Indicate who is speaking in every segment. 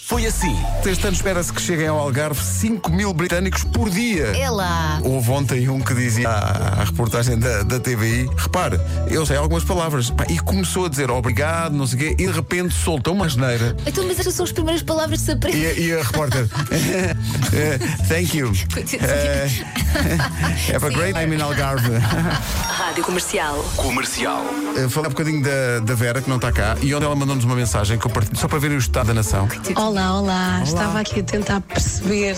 Speaker 1: foi assim.
Speaker 2: Este ano espera-se que cheguem ao Algarve 5 mil britânicos por dia.
Speaker 3: É lá.
Speaker 2: Houve ontem um que dizia à, à reportagem da, da TVI: repare, eu sei algumas palavras. Pá, E começou a dizer obrigado, não sei o quê, e de repente soltou uma asneira.
Speaker 3: Então, mas estas são as primeiras palavras que se
Speaker 2: E, é-
Speaker 3: aprende.
Speaker 2: a- e a repórter: eh, Thank you. Eh, have a great time in Algarve.
Speaker 4: Rádio Comercial.
Speaker 1: Comercial.
Speaker 2: Eh, Falei um bocadinho da, da Vera, que não está cá, e onde ela mandou-nos uma mensagem que eu partilho só para ver o estado da nação.
Speaker 5: Olá, olá, Ah, Estava aqui a tentar perceber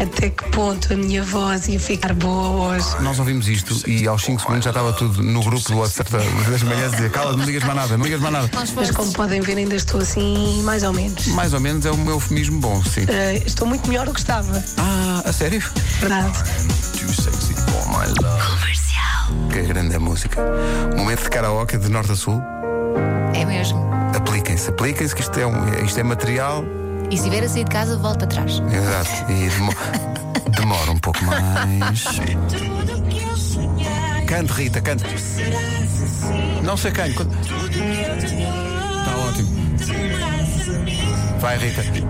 Speaker 5: até que ponto a minha voz ia ficar boa hoje.
Speaker 2: Nós ouvimos isto e aos 5 segundos já estava tudo no grupo do WhatsApp da- das manhãs a dizer cala, não digas mais nada, não digas mais nada.
Speaker 5: Mas como podem ver, ainda estou assim, mais ou menos.
Speaker 2: Mais ou menos é um eufemismo bom, sim.
Speaker 5: Eh, estou muito melhor do que estava,
Speaker 2: Ah, a sério?
Speaker 5: verdade.
Speaker 2: Que grande é a música. Momento de karaoke de norte a sul.
Speaker 3: É mesmo.
Speaker 2: Apliquem-se, apliquem-se, que isto é, um, isto é material.
Speaker 3: E se vier a sair de casa, volta para trás.
Speaker 2: Exato. E demo- demora um pouco mais. Cante, Rita, cante. Não sei quem. Está ótimo. Vai, Rita. Rita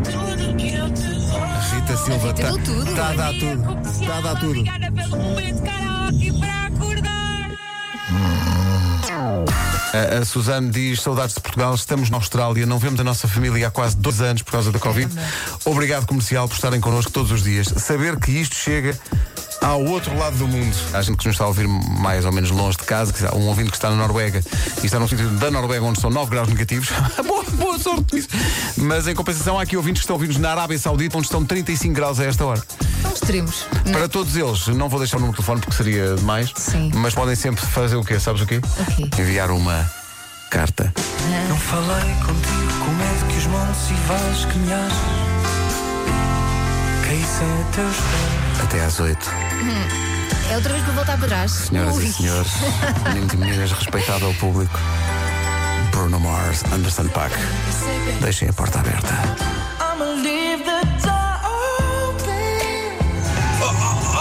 Speaker 2: Silva está
Speaker 3: deu tudo.
Speaker 2: tá a dar tudo. Está a dar tudo.
Speaker 6: Obrigada pelo momento de karaoke para acordar.
Speaker 2: A, a Suzane diz: Saudades de Portugal, estamos na Austrália, não vemos a nossa família há quase dois anos por causa da Covid. Obrigado, comercial, por estarem connosco todos os dias. Saber que isto chega ao outro lado do mundo. Há gente que nos está a ouvir mais ou menos longe de casa, que há um ouvinte que está na Noruega e está num sítio da Noruega onde são 9 graus negativos. boa, boa sorte com isso. Mas em compensação, há aqui ouvintes que estão ouvindo na Arábia Saudita onde estão 35 graus a esta hora.
Speaker 3: São extremos.
Speaker 2: Para todos eles, não vou deixar o número de telefone porque seria demais.
Speaker 3: Sim.
Speaker 2: Mas podem sempre fazer o quê? Sabes o quê?
Speaker 3: quê?
Speaker 2: Enviar uma carta.
Speaker 7: Não falei contigo com medo que os montes e vales que me achas caíssem a teus pés.
Speaker 2: Até às 8.
Speaker 3: É outra vez para voltar para trás.
Speaker 2: Senhoras
Speaker 3: Ui.
Speaker 2: e senhores, meninos e meninas, respeitado ao público. Bruno Mars, Anderson Pack. Deixem a porta aberta.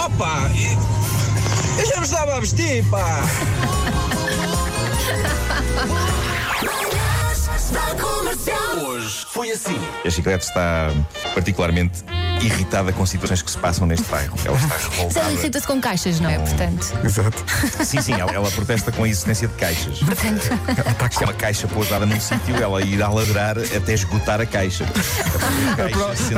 Speaker 8: Opa! Eu já me estava a vestir, pá!
Speaker 1: Hoje foi assim.
Speaker 9: A Chiclete está particularmente irritada com situações que se passam neste bairro. Ela está
Speaker 3: Se ela
Speaker 9: revoltada.
Speaker 3: irrita-se com caixas, não é? Portanto,
Speaker 2: Exato.
Speaker 9: Sim, sim, ela, ela protesta com a existência de caixas. Isto é uma caixa pousada num sítio, ela irá ladrar até esgotar a caixa.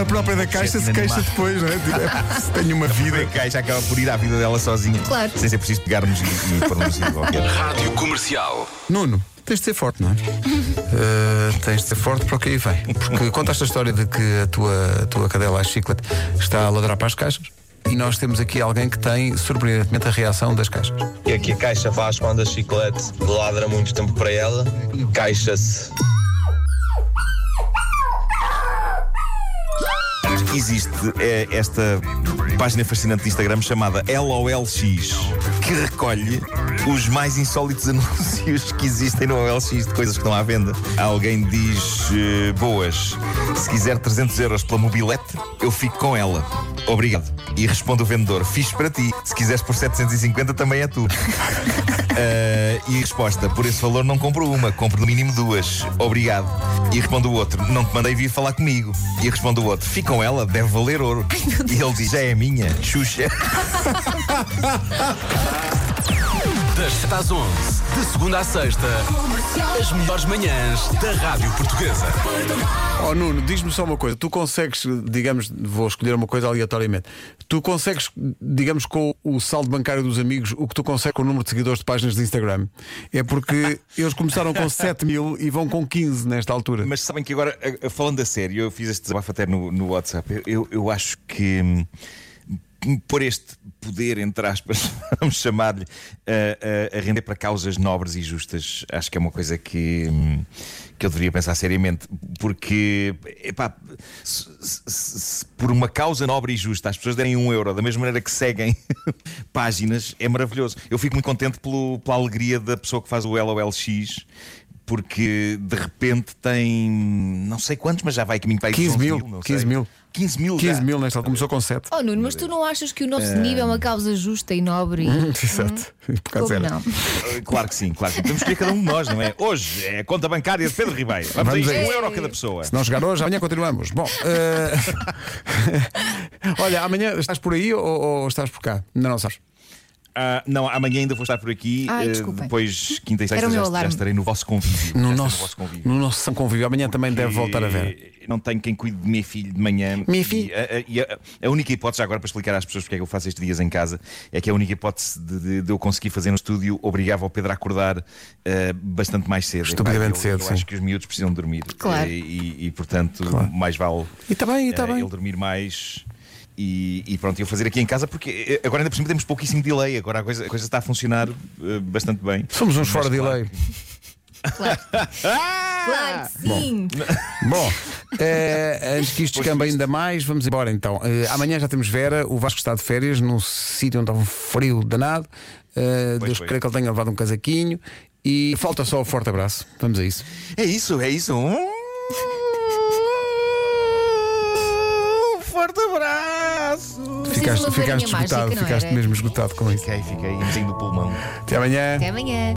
Speaker 9: A, própria caixa sente- sente-se animada.
Speaker 2: depois, não é? Se tenho uma
Speaker 9: A caixa acaba por ir à vida dela sozinha.
Speaker 3: Claro.
Speaker 9: Sem ser preciso pegarmos e, e pôr num sítio qualquer.
Speaker 1: Rádio Comercial.
Speaker 2: Nuno, tens de ser forte, não é? Uh, tens de ser forte para o que aí vem. Porque conta esta história de que a tua, a tua cadela, a chiclete, está a ladrar para as caixas. E nós temos aqui alguém que tem, surpreendentemente, a reação das caixas.
Speaker 8: O que é que a caixa faz quando a chiclete ladra muito tempo para ela? Caixa-se.
Speaker 9: Existe é, esta página fascinante de Instagram chamada LOLX, que recolhe os mais insólitos anúncios que existem no OLX de coisas que estão à venda. Alguém diz: eh, Boas, se quiser 300 euros pela mobilete, eu fico com ela. Obrigado. E responde o vendedor: Fiz para ti. Se quiseres por 750, também é tu. Eh, e resposta: Por esse valor não compro uma, compro no mínimo duas. Obrigado. E responde o outro: Não te mandei vir falar comigo. E responde o outro: Fica com ela, deve valer ouro. E ele diz: Já é minha, Xuxa.
Speaker 1: Das 7 às 11, de segunda à sexta, as melhores manhãs da Rádio Portuguesa.
Speaker 2: Oh Nuno, diz-me só uma coisa. Tu consegues, digamos, vou escolher uma coisa aleatoriamente. Tu consegues, digamos, com o saldo bancário dos amigos, o que tu consegues com o número de seguidores de páginas de Instagram? É porque eles começaram com 7 mil e vão com 15 nesta altura.
Speaker 9: Mas sabem que agora, a- a- falando a sério, eu fiz este desabafo até no, no WhatsApp. Eu, eu, eu acho que hum, pôr este poder, entre aspas, vamos chamar-lhe, eh, a, a- a render para causas nobres e justas, acho que é uma coisa que, hum, que eu deveria pensar seriamente. Porque, epá, se, se- se- se por uma causa nobre e justa as pessoas derem um euro da mesma maneira que seguem páginas, é maravilhoso. Eu fico muito contente pelo- pela alegria da pessoa que faz o LOLX porque de repente tem não sei quantos, mas já vai caminho para aí dos
Speaker 2: 15 mil,
Speaker 9: não
Speaker 2: 15
Speaker 9: sei.
Speaker 2: mil.
Speaker 9: 15 mil.
Speaker 2: 15 mil nesta, começou com 7.
Speaker 3: Oh, Nuno, mas tu não achas que o nosso nível é uma causa justa e nobre?
Speaker 2: Uhum.
Speaker 3: E...
Speaker 2: Exato. Por causa
Speaker 3: Como
Speaker 2: era.
Speaker 3: não?
Speaker 9: Eh, Claro que sim, claro que sim. Temos que ver cada um de nós, não é? Hoje é a conta bancária de Pedro Ribeiro. Vamos,
Speaker 2: Vamos
Speaker 9: a
Speaker 2: a
Speaker 9: isto,
Speaker 2: isso.
Speaker 9: um euro cada pessoa.
Speaker 2: Se não chegar hoje, amanhã continuamos. Bom, eh, olha, amanhã estás por aí ou, ou estás por cá? Ainda não sabes.
Speaker 9: Ah, não, amanhã ainda vou estar por aqui.
Speaker 3: Ai,
Speaker 9: eh,
Speaker 3: desculpem.
Speaker 9: depois, quinta e
Speaker 3: Ah, Era
Speaker 9: sexta,
Speaker 3: o meu
Speaker 9: já, já
Speaker 3: alarme.
Speaker 9: estarei no vosso é convívio.
Speaker 2: No
Speaker 9: Já estarei
Speaker 2: nosso, no nosso são convívio. Amanhã também deve voltar a ver.
Speaker 9: E Não tenho quem cuide de minha filha de manhã.
Speaker 2: Minha
Speaker 9: E
Speaker 2: filha.
Speaker 9: a- a- E a, a única hipótese, já agora para explicar às pessoas porque é que eu faço estes dias em casa, é que a única hipótese de, de- de eu conseguir fazer no estúdio obrigava o Pedro a acordar eh, bastante mais cedo.
Speaker 2: Estupidamente
Speaker 9: Epá, eu-
Speaker 2: cedo,
Speaker 9: Eu
Speaker 2: sim.
Speaker 9: acho que os miúdos precisam dormir.
Speaker 3: Claro.
Speaker 9: Eh, E, e, portanto, mais vale
Speaker 2: E está bem, e está
Speaker 9: eh,
Speaker 2: tá bem.
Speaker 9: ele dormir mais. E, e pronto, eu fazer aqui em casa porque eh, agora ainda por cima temos pouquíssimo delay. Agora a coisa, a coisa está a funcionar eh, bastante bem.
Speaker 2: Somos uns
Speaker 9: Mas
Speaker 2: fora de
Speaker 9: claro
Speaker 2: lei.
Speaker 9: Ah!
Speaker 3: Claro que sim!
Speaker 2: Bom, eh, antes que isto descambe ainda mais, vamos embora então. Eh, amanhã já temos Vera, o Vasco está de férias num sítio onde está um frio danado. Eh, Deus
Speaker 9: foi.
Speaker 2: creio que ele tenha levado um casaquinho. E falta só o forte abraço. Vamos a isso.
Speaker 9: É isso, é isso. Um forte abraço.
Speaker 3: Preciso de
Speaker 2: Ficaste,
Speaker 3: é uma varinha
Speaker 2: ficaste
Speaker 3: mágica,
Speaker 2: esgotado,
Speaker 3: não
Speaker 2: ficaste
Speaker 3: era?
Speaker 2: mesmo esgotado com isso.
Speaker 9: Fiquei, fiquei, do pulmão.
Speaker 2: Até amanhã.
Speaker 3: Até amanhã.